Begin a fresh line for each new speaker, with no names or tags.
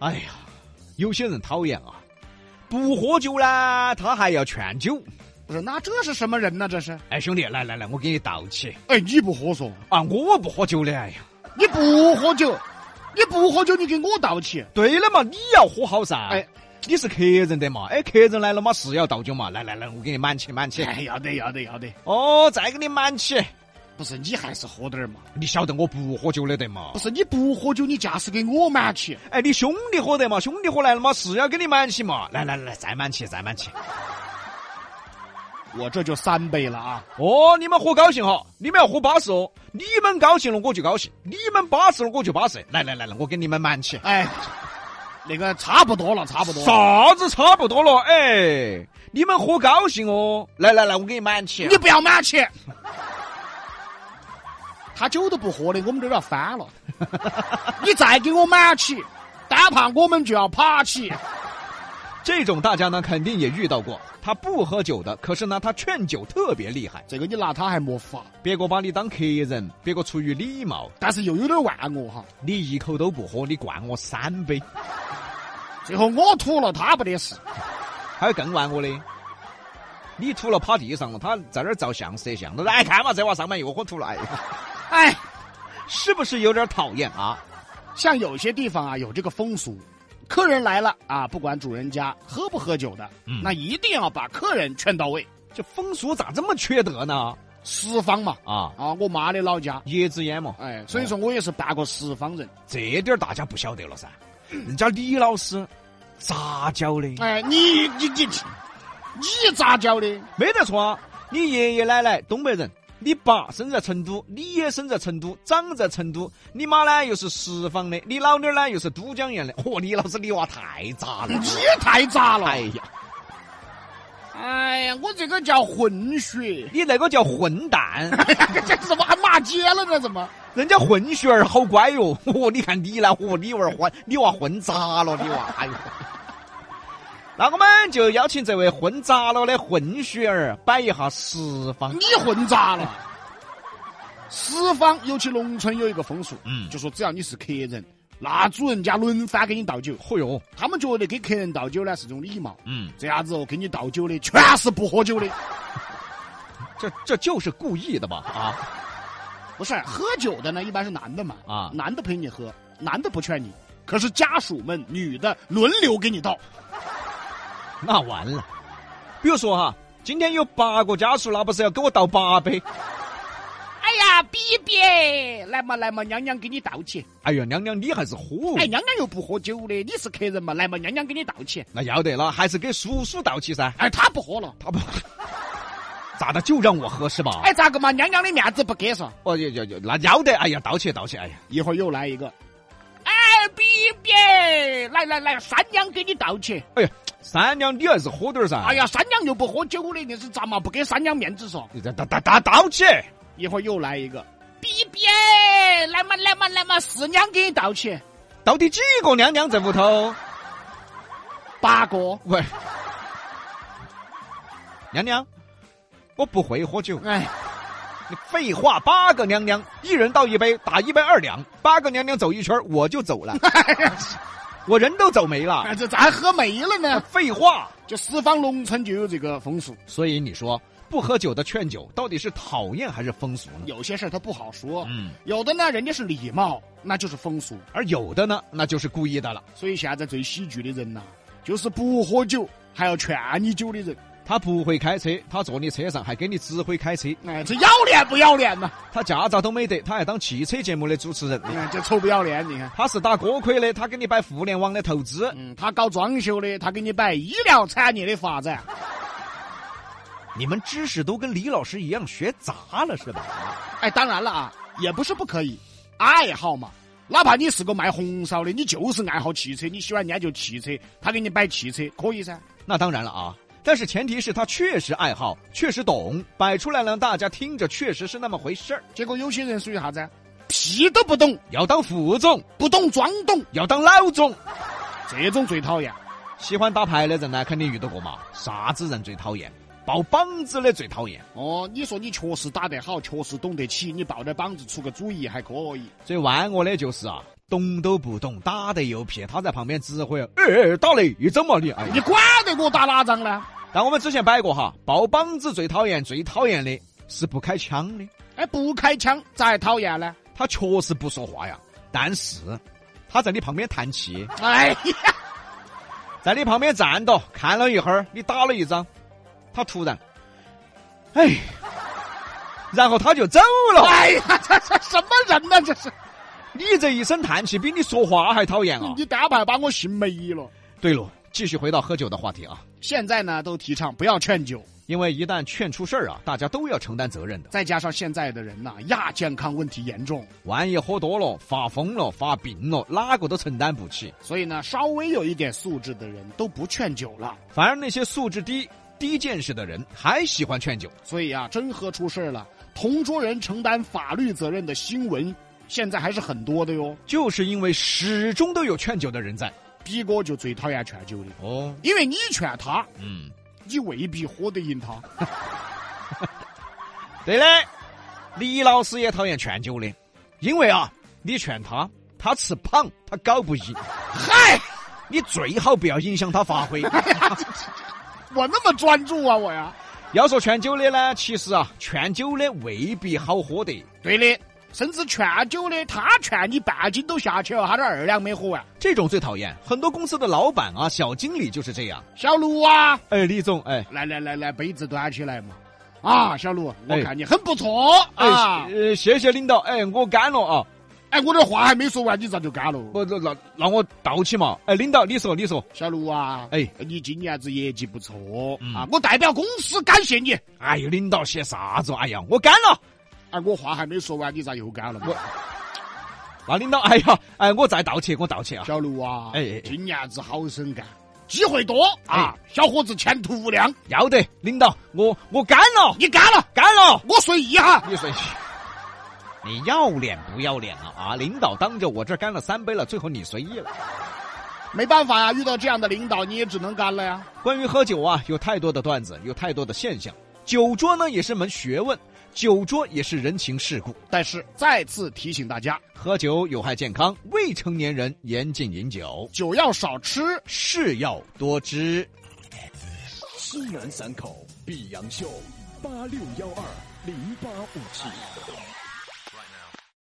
哎呀，有些人讨厌啊，不喝酒呢，他还要劝酒。
不是，那这是什么人呢？这是？
哎，兄弟，来来来，我给你道起
哎，你不喝嗦？
啊，我不喝酒的。哎呀，
你不喝酒，你不喝酒，你给我道歉。
对了嘛，你要喝好噻。哎
哎，
你是客人的嘛，哎，客人来了嘛是要倒酒嘛。来来来，我给你满起满起。
哎，要得要得要得，
哦，再给你满起。
不是你还是喝点儿嘛？
你晓得我不喝酒的得嘛
不？是你不喝酒，你驾驶给我满起。
哎，你兄弟伙得嘛？兄弟伙来了嘛是要给你满起嘛？来来来，再满起，再满起。
我这就三杯了啊！
哦，你们喝高兴哈，你们要喝巴适哦。你们高兴了我就高兴，你们巴适了我就巴适。来来来来，我给你们满起。
哎，那个差不多了，差不多了。
啥子差不多了？哎，你们喝高兴哦。来来来，我给你满起。啊
你不要满起。他酒都不喝的，我们这儿要翻了。你再给我满起，单怕我们就要爬起。
这种大家呢肯定也遇到过，他不喝酒的，可是呢他劝酒特别厉害，
这个你拿他还没法，
别个把你当客人，别个出于礼貌，
但是又有点万恶哈。
你一口都不喝，你灌我三杯。
最后我吐了，他不得事。
还有更玩我的，你吐了趴地上了，他在那儿照相摄像，来看嘛，这娃上班又喝吐了，哎呀，
哎，
是不是有点讨厌啊？
像有些地方啊有这个风俗，客人来了啊，不管主人家喝不喝酒的，
嗯
那一定要把客人劝到位，
这风俗咋这么缺德呢？
十方嘛。
啊，
啊，我妈的老家，
椰子烟嘛，
哎，所以说我也是半个十方人。
这点儿大家不晓得了噻。人家李老师咋教的？
哎，你你你你咋教的？
没得错啊，你爷爷奶奶东北人。你爸生在成都，你也生在成都，长在成都，你妈呢又是什邡的，你老爹儿呢又是都江堰的。嚯、李老师，你娃太渣 了！
你太渣了！
哎呀，
哎呀，我这个叫混血，
你那个叫混蛋！
这怎么还骂街了呢？怎么？
人家混血儿好乖哟、 哦，你看你呢？哦，你娃儿混，你娃混渣了，你娃，哎呦！ 那我们就邀请这位混渣了的混血儿摆一下十方。
你混渣了！十方，尤其农村有一个风俗，
嗯
就说只要你是客人，那主人家轮番给你倒酒，
嚯哟，
他们觉得给客人倒酒呢是种礼貌。
嗯，
这下子哦，给你倒酒的全是不喝酒的，
这这就是故意的吧？啊，
不是喝酒的呢，一般是男的嘛，
啊
男的陪你喝，男的不劝你，可是家属们女的轮流给你倒，
那完了。比如说哈，今天有八个家属，那不是要给我倒八杯？
哎呀，比比，来嘛来嘛，娘娘给你道歉。
哎呀，娘娘你还是喝，
哎，娘娘又不喝酒的，你是客人嘛，来嘛，娘娘给你道歉。
那要得了，还是给叔叔倒起噻。
哎，他不喝了，
他不，咋的就让我喝是吧？
哎，咋个嘛，娘娘的面子不给嗦？
哦，要要要，那要得！哎呀，道歉道歉！哎呀，
一会儿又来一个，哎，比比，来来来，三娘给你道歉。
哎呀，三娘你还是喝点儿噻！
哎，呀，三娘又不喝酒的，你是咋嘛不给三娘面子嗦？
你这打打打道歉！
一会儿又来一个，比比，来嘛来嘛来嘛，四娘给你道歉。
到底几个娘娘在屋头？
八哥，
喂，娘娘，我不会喝酒。
哎，
你废话，八个娘娘，一人倒一杯，打一杯二两。八个娘娘走一圈，我就走了，我人都走没 了。
哎这咋还喝没了呢？
废话，
就四方农村就有这个风俗，
所以你说不喝酒的劝酒，到底是讨厌还是风俗呢？
有些事儿他不好说。
嗯，
有的呢，人家是礼貌，那就是风俗。
而有的呢，那就是故意的了。
所以现在最喜剧的人呐、就是不喝酒还要劝你酒的人。
他不会开车，他坐你车上还给你指挥开车，
哎，这要脸不要脸呐、
他驾照都没得，他还当汽车节目的主持人。
哎，这臭不要脸！你看，
他是打锅盔的，他给你摆互联网的投资，
嗯，他搞装修的，他给你摆医疗产业的发展。
你们知识都跟李老师一样学杂了是吧？
哎，当然了啊，也不是不可以，爱好嘛。哪怕你是个卖红烧的，你就是爱好汽车，你喜欢研究汽车，他给你摆汽车可以噻。
那当然了啊，但是前提是他确实爱好，确实懂，摆出来让大家听着确实是那么回事儿。
结果有些人属于啥子？屁都不懂，
要当副总，
不懂装懂，
要当老总，
这种最讨厌。
喜欢打牌的人呢，肯定遇到过嘛。啥子人最讨厌？抱膀子的最讨厌。
哦，你说你确实打得好，确实懂得起，你抱着膀子出个主意还可以。
最万恶的就是啊，懂都不懂，打得又撇，他在旁边指挥，哎，打雷怎么你？哎呀
你管得我打哪张呢？
但我们之前摆过哈，抱膀子最讨厌、最讨厌的是不开枪的，
哎，不开枪咋还讨厌呢？
他确实不说话呀，但是他在你旁边叹气，
哎呀，
在你旁边站到，看了一会儿，你打了一张，他突然，哎，然后他就走了。
哎呀，这这什么人呢？这是
你这一声叹气比你说话还讨厌啊！
你单排把我心没了。
对了，继续回到喝酒的话题啊，
现在呢，都提倡不要劝酒，
因为一旦劝出事儿啊，大家都要承担责任的。
再加上现在的人呐、亚健康问题严重，
万一喝多了发疯了、发病了，哪个都承担不起。
所以呢，稍微有一点素质的人都不劝酒了。
反而那些素质低、低见识的人还喜欢劝酒。
所以啊，真喝出事儿了，同桌人承担法律责任的新闻，现在还是很多的哟。
就是因为始终都有劝酒的人在。
逼哥就最讨厌劝酒的，
哦，
因为你劝他，
嗯，
你未必喝得赢他。
对的，李老师也讨厌劝酒的，因为啊，你劝他，他吃胖，他搞不赢。
嗨，
你最好不要影响他发挥。
我那么专注啊，我呀。
要说劝酒的呢，其实啊，劝酒的未必好喝得。
对的，甚至劝酒的，他劝你半斤都下去了，他的二两没喝完。
这种最讨厌，很多公司的老板啊、小经理就是这样。
小卢啊，
哎，李总，哎，
来来来来，杯子端起来嘛。啊，小卢，
哎
我看你很不错、啊。
呃，谢谢领导，哎，我干了啊，
哎，我这话还没说完，你咋就干了？
我那那那我倒起嘛，哎，领导，你说，你说，
小卢啊，
哎嗯
你今年子业绩不错、啊，我代表公司感谢你。
哎呦，领导写啥子？哎呀，我干了。
哎，我话还没说完，你咋又干了？
我那领导，哎呀，哎，我再道歉，我道歉啊。
小卢啊，
哎哎哎
今年子好生干，机会多啊，小伙子前途无量，
要得，领导，我我干了，
你干了，
干了。
我随意哈。
你说，你要脸不要脸啊？啊，领导当着我这儿干了三杯了，最后你随意了。
没办法呀、遇到这样的领导，你也只能干了呀。
关于喝酒啊，有太多的段子，有太多的现象。酒桌呢也是门学问，酒桌也是人情世故。
但是再次提醒大家，
喝酒有害健康，未成年人严禁饮酒，
酒要少吃。
事要多知。
西南散口碧阳秀，八六幺二零八五七。